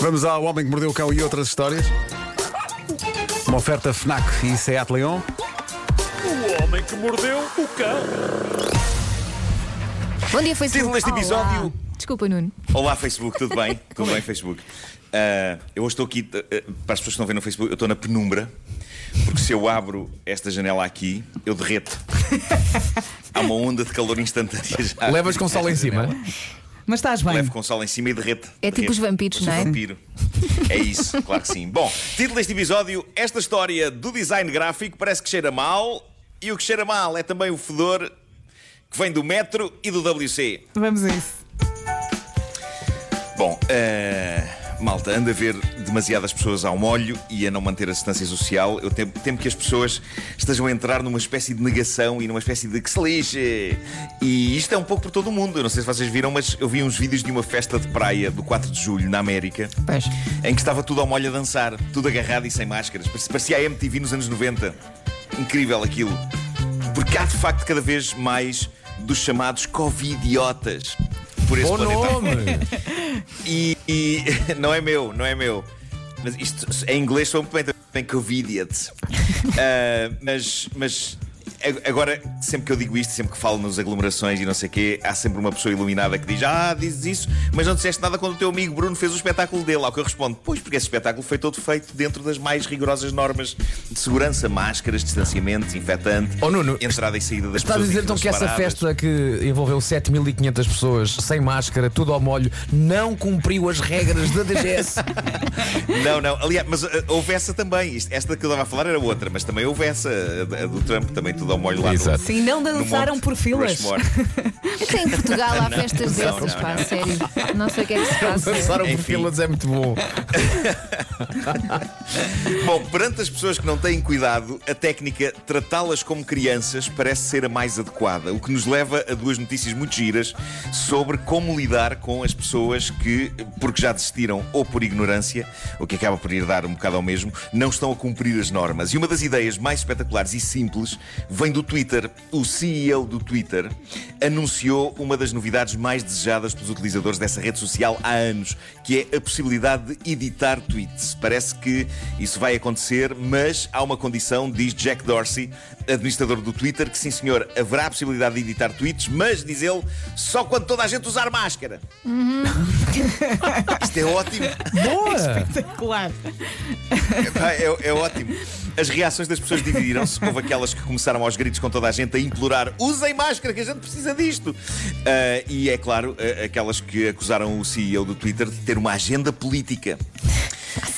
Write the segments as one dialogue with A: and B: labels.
A: Vamos ao Homem que Mordeu o Cão e outras histórias. Uma oferta Fnac e Seat Leon.
B: O homem que mordeu o cão.
C: Bom dia, Facebook.
D: Título deste episódio.
C: Olá. Desculpa, Nuno.
D: Olá, Facebook, tudo bem?
E: é?
D: tudo bem, Facebook? Ah, eu hoje estou aqui, ah, ah, para as pessoas que não vêem no Facebook, eu estou na penumbra, porque se eu abro esta janela aqui, eu derreto. Há uma onda de calor instantânea já.
E: Levas com sol em cima.
F: Mas estás bem.
D: Levo com sol em cima e derrete.
C: É tipo
D: derrete.
C: os vampiros,
D: Eu sou
C: não é?
D: vampiro. É isso, claro que sim. Bom, título deste episódio: Esta história do design gráfico parece que cheira mal, e o que cheira mal é também o fedor que vem do metro e do WC.
F: Vamos a isso.
D: Bom, eh, malta, anda a ver demasiadas pessoas ao molho e a não manter a distância social. Eu temo, temo que as pessoas estejam a entrar numa espécie de negação e numa espécie de que se lixe. E isto é um pouco por todo o mundo. Eu não sei se vocês viram, mas eu vi uns vídeos de uma festa de praia do 4 de julho na América
F: Pois.
D: em que estava tudo ao molho a dançar, tudo agarrado e sem máscaras. Parece- Parecia a MTV nos anos 90. Incrível aquilo. Porque há de facto cada vez mais dos chamados covidiotas por esse
E: Bom
D: planeta
E: nome!
D: e, e- não é meu, não é meu. Mas isto em inglês sou um completamente bem covidiate. Ah, mas, mas a- agora, sempre que eu digo isto, sempre que falo nas aglomerações e não sei o quê, há sempre uma pessoa iluminada que diz: Ah, dizes isso, mas não disseste nada quando o teu amigo Bruno fez o espetáculo dele. Ao que eu respondo: Pois, porque esse espetáculo foi todo feito dentro das mais rigorosas normas de segurança, máscaras, distanciamento, desinfetante,
E: Oh, Nuno,
D: entrada e saída das
E: Está a
D: pessoas.
E: dizer
D: em
E: então que
D: filas
E: essa
D: separadas.
E: festa que envolveu 7.500 pessoas sem máscara, tudo ao molho, não cumpriu as regras da DGS?
D: Não, não. Aliás, mas uh, houve essa também. Isto- Esta que eu estava a falar era outra, mas também houve essa, a, a do Trump, também tudo ao molho lá.
E: Exato.
D: No,
F: Sim, não
D: no
F: dançaram
D: Monte
F: por filas.
D: Rushmore.
C: Até em Portugal há festas
D: não,
C: dessas,
D: não,
C: pá,
D: não.
C: sério. Não sei o que é que se
E: Ah,
C: passa.
E: Passaram por
D: Enfim.
E: filas, é muito bom.
D: Bom, perante as pessoas que não têm cuidado, a técnica tratá-las como crianças parece ser a mais adequada, o que nos leva a duas notícias muito giras sobre como lidar com as pessoas que, porque já desistiram ou por ignorância, o que acaba por ir dar um bocado ao mesmo, não estão a cumprir as normas. E uma das ideias mais espetaculares e simples vem do Twitter. O CEO do Twitter anunciou uma das novidades mais desejadas pelos utilizadores dessa rede social há anos, que é a possibilidade de editar tweets. Parece que isso vai acontecer, mas há uma condição, diz Jack Dorsey, administrador do Twitter, que sim senhor, haverá a possibilidade de editar tweets, mas, diz ele, só quando toda a gente usar máscara. Isto é ótimo.
E: Boa!
F: Claro.
D: Pá, é, é ótimo. As reações das pessoas dividiram-se. Houve aquelas que começaram aos gritos com toda a gente a implorar: usem máscara, que a gente precisa disto. Ah, e é claro, ah, aquelas que acusaram o CEO do Twitter de ter uma agenda política.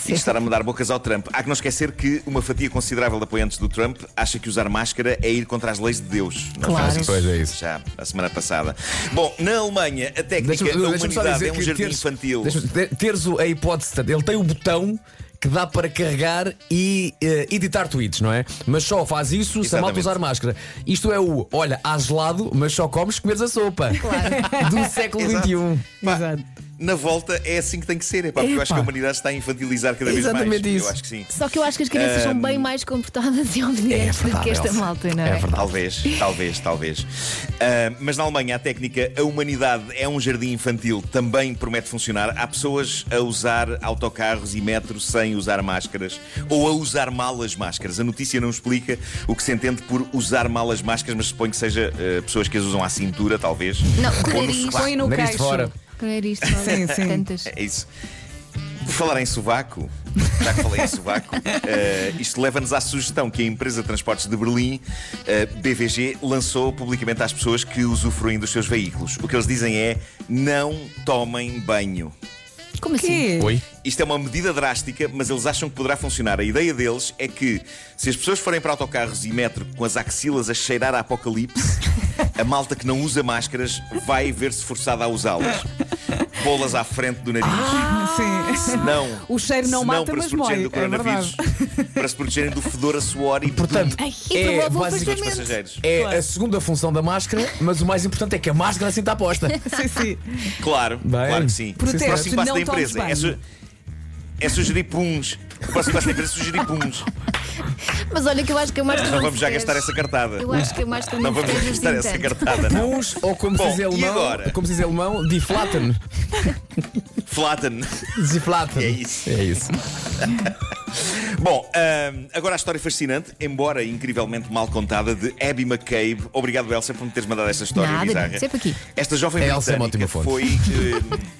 D: E de estar a mandar bocas ao Trump. Há que não esquecer que uma fatia considerável de apoiantes do Trump acha que usar máscara é ir contra as leis de Deus. Nós
C: Claro.
D: falámos
E: Pois é isso.
D: Já, a semana passada. Bom, na Alemanha, a técnica da
E: deixa-me só
D: humanidade
E: dizer
D: é um
E: que
D: jardim
E: teres-
D: infantil.
E: deixa-me- te- Teres o- a hipótese, portanto, ele tem o botão que dá para carregar e eh, editar tweets, não é? Mas só faz isso se a malta
D: Exatamente.
E: usar máscara. Isto é o, olha, há gelado, mas só comes se comeres a sopa. Claro. Do século um.
D: Exato.
E: XXI.
D: Pá,
F: Exato.
D: na volta é assim que tem que ser. É pá, porque eu
E: Epá.
D: acho que a humanidade está a infantilizar cada vez mais.
E: Exatamente isso.
D: Eu acho que sim.
C: Só que eu acho que as crianças são bem mais comportadas e obedientes
D: É
C: do que esta
E: Elsa.
C: malta, não
E: É
C: é?
E: verdade.
D: Talvez, talvez, talvez. Ah, mas na Alemanha a técnica A Humanidade é um Jardim Infantil também promete funcionar. Há pessoas a usar autocarros e metro sem usar máscaras ou a usar mal as máscaras. A notícia não explica o que se entende por usar mal as máscaras, mas suponho que seja ah, pessoas que as usam à cintura, talvez.
C: Não,
D: Ou no
C: colheres.
D: sovaco.
F: Põe no
E: Nariz de
F: caixo.
E: fora.
C: Querer isto, olha,
F: Sim, sim.
C: tantas.
D: É isso. Por falar em sovaco, já que falei em sovaco, eh, isto leva-nos à sugestão que a empresa de transportes de Berlim, eh, BVG, lançou publicamente às pessoas que usufruem dos seus veículos. O que eles dizem é: não tomem banho.
C: Como assim?
F: Quê?
E: Oi?
D: Isto é uma medida drástica, mas eles acham que poderá funcionar. A ideia deles é que, se as pessoas forem para autocarros e metro com as axilas a cheirar a apocalipse, a malta que não usa máscaras vai ver-se forçada a usá-las. Pô-las à frente do nariz.
F: Ah, Sim.
D: Se não.
F: O cheiro não
D: se
F: mata,
D: para
F: mas
D: se protegerem do
F: mói, é
D: coronavírus. para se protegerem do fedor a suor e
E: Portanto,
C: Ai, e
E: é,
C: provou o
D: dos
E: basicamente,
C: apartamento.
D: passageiros.
E: é a segunda função da máscara, mas o mais importante é que a máscara assim está posta.
F: Sim, sim.
D: É Claro,
E: Bem.
D: claro que sim.
F: Protege-te,
D: o próximo passo
F: não
D: da
F: tomes
D: empresa é,
F: banho.
D: su- é sugerir puns. A próxima vai ser para sugerir puns.
C: Mas olha que eu acho que é mais que
D: Não
C: não
D: vamos já
C: fez.
D: gastar essa cartada.
C: Eu acho que é mais que
D: Não vamos
C: fez
D: gastar essa
C: tanto.
D: cartada, não.
E: Puns, ou como se
D: Bom,
E: diz
D: e
E: em alemão,
D: agora?
E: como se diz em alemão, deflaten.
D: Flatten.
E: Deflaten.
D: É isso.
E: É isso.
D: Bom, ahm, agora a história é fascinante, embora incrivelmente mal contada, de Abby McCabe. Obrigado, Elsa, por me teres mandado esta história
C: Nada,
D: bizarra.
C: sempre aqui.
D: Esta jovem
E: A Elsa é uma
D: britânica
E: ótima
D: foi. eh,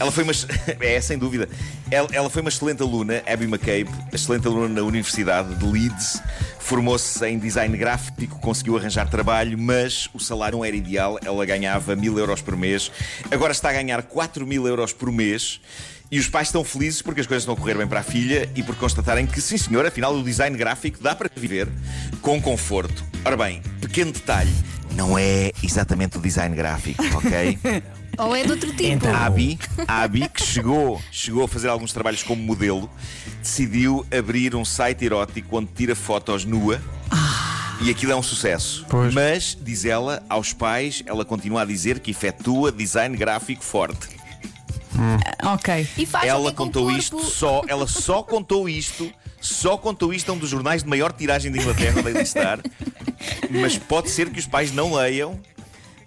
D: Ela foi uma. ex- É, sem dúvida. Ela, ela foi uma excelente aluna, Abby McCabe, excelente aluna na Universidade de Leeds. Formou-se em design gráfico, conseguiu arranjar trabalho, mas o salário não era ideal. Ela ganhava mil euros por mês. Agora está a ganhar 4 mil euros por mês. E os pais estão felizes porque as coisas estão a correr bem para a filha e por constatarem que, sim senhor, afinal o design gráfico dá para viver com conforto. Ora bem, pequeno detalhe, não é exatamente o design gráfico, ok?
C: Ou é de outro tipo.
D: A Abi, a Abi, que chegou, chegou a fazer alguns trabalhos como modelo, decidiu abrir um site erótico onde tira fotos nua. E aquilo é um sucesso.
A: Pois.
D: Mas, diz ela, aos pais, ela continua a dizer que efetua design gráfico forte.
F: Ok.
C: E faz o que
D: ela
C: é com o
D: contou
C: corpo.
D: isto só, ela só contou isto, só contou isto a um dos jornais de maior tiragem da Inglaterra, o Daily Star. Mas pode ser que os pais não leiam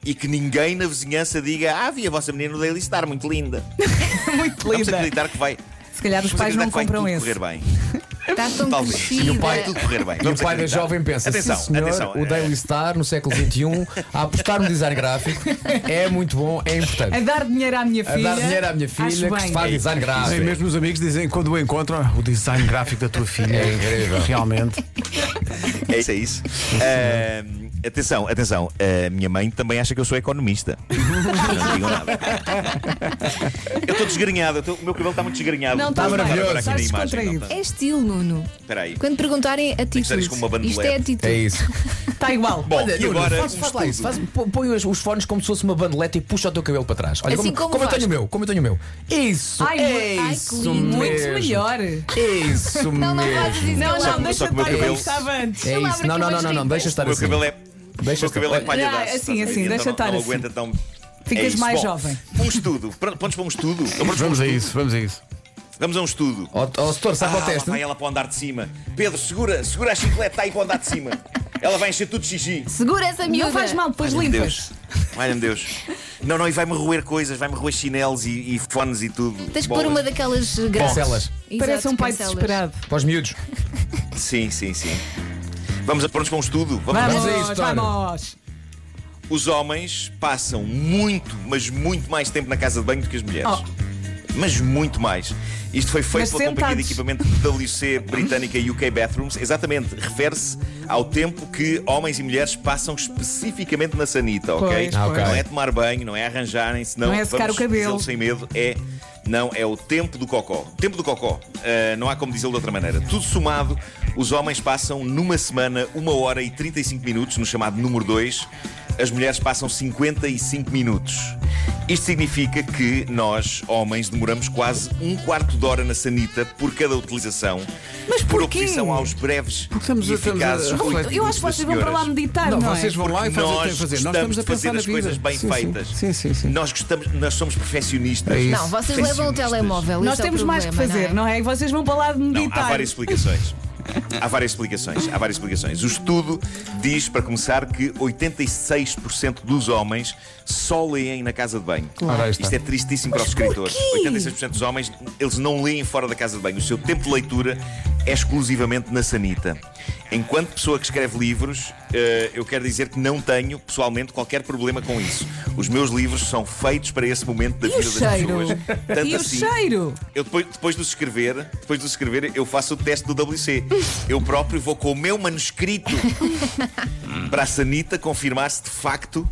D: e que ninguém na vizinhança diga: Ah, vi a vossa menina no Daily Star, muito linda.
F: Muito
D: Vamos
F: linda.
D: acreditar que vai.
F: é. Se calhar os
D: vamos
F: pais não
D: acreditar que
F: compram
D: vai tudo
F: esse.
D: correr bem.
C: Está tão
D: Talvez. E
C: crescida.
D: o pai é tudo correr bem.
E: E o
D: Vamos
E: pai da
D: acreditar.
E: jovem pensa:
D: Atenção,
E: sim, senhor,
D: atenção. é.
E: o Daily Star no século XXI, a apostar no design gráfico, é muito bom, é
F: A
E: importante.
F: dar dinheiro à minha
E: A
F: filha.
E: dar dinheiro à minha
F: Acho
E: filha que se
F: bem.
E: faz design
D: É
A: Nem
E: gráfico.
A: mesmo os amigos dizem quando o encontram "Ah, o design gráfico da tua filha.
E: É incrível.
A: Realmente.
D: É isso, é isso. Ahm, atenção, atenção. A minha mãe também acha que eu sou economista. Não digam nada. Eu estou desgrenhado. eu tô- o meu cabelo está muito desgrenhado.
F: Não,
D: Estou a
F: estás
D: notar
F: bem,
D: agora aqui na
F: estás
D: imagem,
F: descontraído.
D: não tá?
C: É estilo, Nuno.
D: Espera aí.
C: Quando perguntarem
D: que ser
C: atitude,
D: isto com uma bandolete.
C: isto é atitude.
E: É isso.
F: Está igual.
D: Bom,
E: Olha,
D: e
E: Nuno,
D: agora
E: faz,
D: um
E: faz lá isso.
D: estudo.
E: Faz, pô- põe os, os fones como se fosse uma bandeleta e puxa o teu cabelo para trás. Olha,
C: Assim
E: como,
C: como
E: eu
C: faz.
E: tenho o meu, como eu tenho o meu. Isso!
F: Ai,
E: é
F: mu- ai, que
E: isso
C: lindo.
F: Muito
E: mesmo.
F: melhor.
E: É Isso
C: Não, Então não
E: mesmo.
C: fazes isso.
F: Não,
C: Ela-
F: não, deixa
D: só que o meu
F: estar como
D: cabelo-
F: estava antes.
E: É
C: Ele abre
E: isso. Não,
C: aqui
E: não,
C: umas
E: não, não, não,
C: tripas.
E: deixa estar
D: O meu
E: assim.
D: cabelo é.
E: Deixa
D: o meu cabelo é
E: estar.
D: palhaço.
F: Ah, assim, assim,
D: então
F: deixa
D: não-
F: estar
D: não
F: assim.
D: aguenta tão.
F: Ficas
D: É isso.
F: mais
D: Bom,
F: jovem.
D: Um estudo. Pronto, Vamos para um estudo. Vamos para um
A: Vamos a
D: estudo.
A: isso, vamos a isso.
D: Vamos a um estudo.
E: Ó, ó, setor,
D: Ah,
E: sabe é o
D: lá
E: teste?
D: vai ela para o andar de cima. Pedro, segura, segura a chiclete, está aí para o andar de cima. Ela vai encher tudo de xixi.
C: Segura essa miúda.
F: Não faz mal, depois
D: Olha-me
F: limpas.
D: Deus. Olha-me Deus. Não, não, e vai-me roer coisas, vai-me roer chinelos e, e fones e tudo.
C: Tens que pôr
D: Bolas.
C: uma daquelas eh, grandes.
E: Cancelas.
C: Exato,
F: Parece um pai
C: cancelas.
F: desesperado.
E: Para os miúdos.
D: Sim, sim, sim. Vamos a prontos para um estudo. Vamos,
F: Vamos,
E: Vamos a
F: vamos.
E: isso, Tony.
D: Os homens passam muito, mas muito mais tempo na casa de banho do que as mulheres.
F: Oh.
D: Mas muito mais. Isto foi feito
F: Mas
D: pela companhia de
F: sentados.
D: equipamento WC britânica UK Bathrooms. Exatamente, refere-se ao tempo que homens e mulheres passam especificamente na sanita, ok?
F: Pois, Ah,
E: ok.
D: Não é tomar banho, não é arranjarem-se, não,
F: Não é secar
D: vamos
F: o cabelo.
D: dizê-lo sem medo, é. Não, é o tempo do cocó. Tempo do cocó. Ah, não há como dizê-lo de outra maneira. Tudo somado, os homens passam numa semana 1 hora e 35 minutos, no chamado número 2. As mulheres passam 55 minutos. Isto significa que nós, homens, demoramos quase um quarto de hora na sanita por cada utilização.
F: Mas
D: por
F: porquê?
D: oposição aos breves
A: estamos
D: e
A: a- estamos a-
D: eficazes
A: Não,
D: cuidados
F: Eu acho que
D: das
F: vocês vão para lá
D: senhoras.
F: meditar, não,
A: Não,
F: é?
A: vocês vão lá e fazem o que têm
D: Nós
A: a fazer. Nós
D: gostamos
A: estamos a
D: de
A: pensar
D: fazer
A: na
D: as
A: vida.
D: coisas bem
A: Sim, sim.
D: feitas.
A: Sim, sim, sim.
D: Nós gostamos, nós somos perfeccionistas.
A: É isso.
C: Não, vocês levam o
D: Perfeccionistas.
C: telemóvel.
F: Nós
C: esse é o
F: temos mais que
C: problema,
F: fazer,
C: não é?
F: não é? E vocês vão para lá de
D: Não, há
F: meditar.
D: várias explicações. Há várias explicações, há várias explicações. O estudo diz, para começar, que 86% dos homens só leem na casa de banho.
A: Ora, aí está.
D: Isto é tristíssimo para os escritores. 86% dos homens, eles não leem fora da casa de banho. O seu tempo de leitura é exclusivamente na sanita. Enquanto pessoa que escreve livros, eh, eu quero dizer que não tenho, pessoalmente, qualquer problema com isso. Os meus livros são feitos para esse momento da
F: E o
D: vida das
F: cheiro?
D: pessoas. Tanto
F: E o
D: assim-
F: cheiro?
D: eu depois, depois de os escrever, depois de os escrever, eu faço o teste do WC. Eu próprio vou com o meu manuscrito para a Sanita confirmar se de facto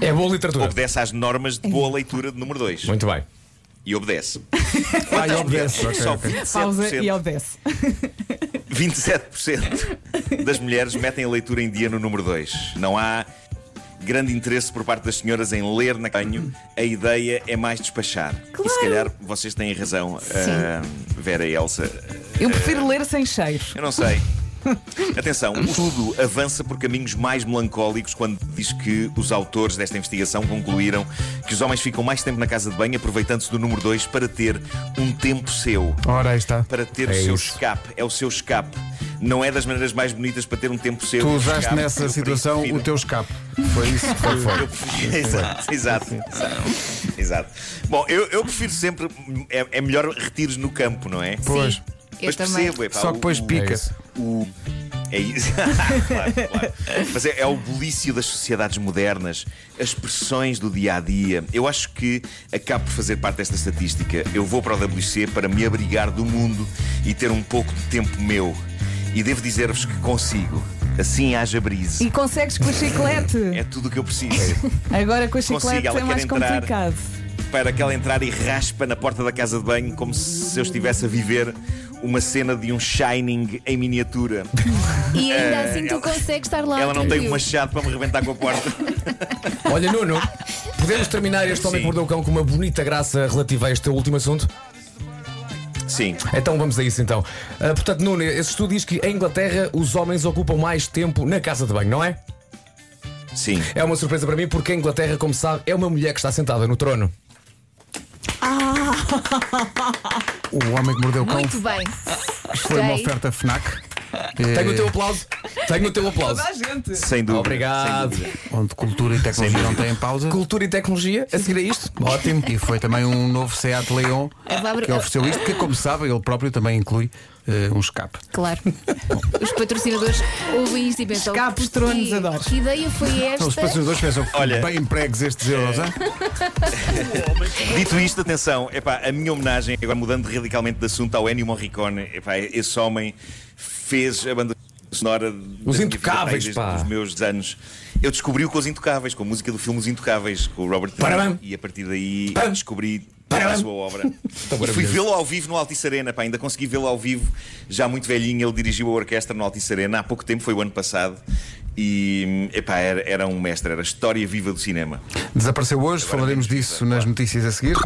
E: É boa literatura.
D: obedece às normas de boa leitura de número 2.
E: Muito bem.
D: E obedece.
A: Ai, obedece. ok,
D: Só
A: ok.
D: 27%,
F: Pausa e obedece.
D: 27% das mulheres metem a leitura em dia no número 2. Não há grande interesse por parte das senhoras em ler na canho. A ideia é mais despachar. E se calhar vocês têm razão, ah, Vera e Elsa.
F: Eu prefiro ler sem cheiro.
D: Eu não sei. Atenção, o estudo avança por caminhos mais melancólicos quando diz que os autores desta investigação concluíram que os homens ficam mais tempo na casa de banho aproveitando-se do número 2 para ter um tempo seu.
A: Ora, aí está.
D: Para ter
E: É
D: o seu
E: isso.
D: escape. É o seu escape. Não é das maneiras mais bonitas para ter um tempo seu.
A: Tu
D: um
A: usaste
D: escape,
A: nessa
D: eu
A: situação
D: prefiro.
A: o teu escape. Foi isso que foi fora.
D: exato, exato, exato, exato. Bom, eu, eu prefiro sempre. É, é melhor retiros no campo, não é?
A: Pois.
C: Sim, eu
D: Mas
C: também.
D: percebo, epá,
A: Só
D: o-
A: que depois
D: o-
A: pica.
E: isso.
D: o- É isso. claro, claro. Mas é, é o bulício das sociedades modernas, as pressões do dia a dia. Eu acho que acabo por fazer parte desta estatística. Eu vou para o WC para me abrigar do mundo e ter um pouco de tempo meu. E devo dizer-vos que consigo. Assim haja brise.
F: E consegues com a chiclete.
D: É tudo o que eu preciso.
F: Agora com a
D: É, Consigo,
F: chiclete
D: ela
F: é
D: quer
F: mais
D: entrar.
F: complicado.
D: para que ela entrar e raspa na porta da casa de banho como se eu estivesse a viver uma cena de um Shining em miniatura.
C: E ainda
D: Eh,
C: assim tu
D: ela-
C: consegues estar lá.
D: ela não tem um
C: tranquilo.
D: machado para me rebentar com a porta.
E: Olha, Nuno, podemos terminar este Homem
D: Sim.
E: que Mordeu o Cão com uma bonita graça relativa a este último assunto?
D: Sim.
E: Então vamos a isso então. Ah, portanto, Nuno, esse estudo diz que em Inglaterra os homens ocupam mais tempo na casa de banho, não é?
D: Sim.
E: É uma surpresa para mim porque a Inglaterra, como sabe, é uma mulher que está sentada no trono.
A: O homem que mordeu o cão
C: Muito bem.
A: foi uma
C: Gostei.
A: oferta FNAC.
E: Tenho o
A: eh,
D: É.
E: teu aplauso. Tenho o teu aplauso.
F: gente.
D: Sem dúvida.
E: Obrigado.
D: sem dúvida.
A: Onde cultura e tecnologia não têm pausa.
E: Cultura e tecnologia, a seguir a isto.
A: Ótimo. E foi também um novo Seat Leon
C: Eu vou abrir-
A: que ofereceu isto, que, como sabe, ele próprio também inclui eh, um escape.
C: Claro. Os patrocinadores ouvem isto e pensam.
F: Escapos, tronos,
C: que,
F: adoro."
C: Que ideia foi esta?
A: Então, Os patrocinadores pensam que
D: Olha.
A: bem empregues estes euros, hã?
D: Dito isto, atenção, epá, a minha homenagem, agora mudando radicalmente de assunto ao Ennio Morricone, epá, esse homem fez a banda sonora da minha vida,
E: Intocáveis,
D: desde
E: pá.
D: os meus anos. Eu descobri-o com os Intocáveis, com a música do filme Os Intocáveis, com o Robert
E: Para
D: Palmer,
E: bem.
D: e a partir daí
E: Para bem.
D: descobri
E: Para
D: toda a
E: bem.
D: sua obra. e fui
E: maravilhoso.
D: vê-lo ao vivo no Altice Arena, pá, ainda consegui vê-lo ao vivo, já muito velhinho, ele dirigiu a orquestra no Altice Arena há pouco tempo, foi o ano passado. E epá, era, era um mestre, era a história viva do cinema.
A: Desapareceu hoje, falaremos
D: vamos
A: disso nas notícias a seguir.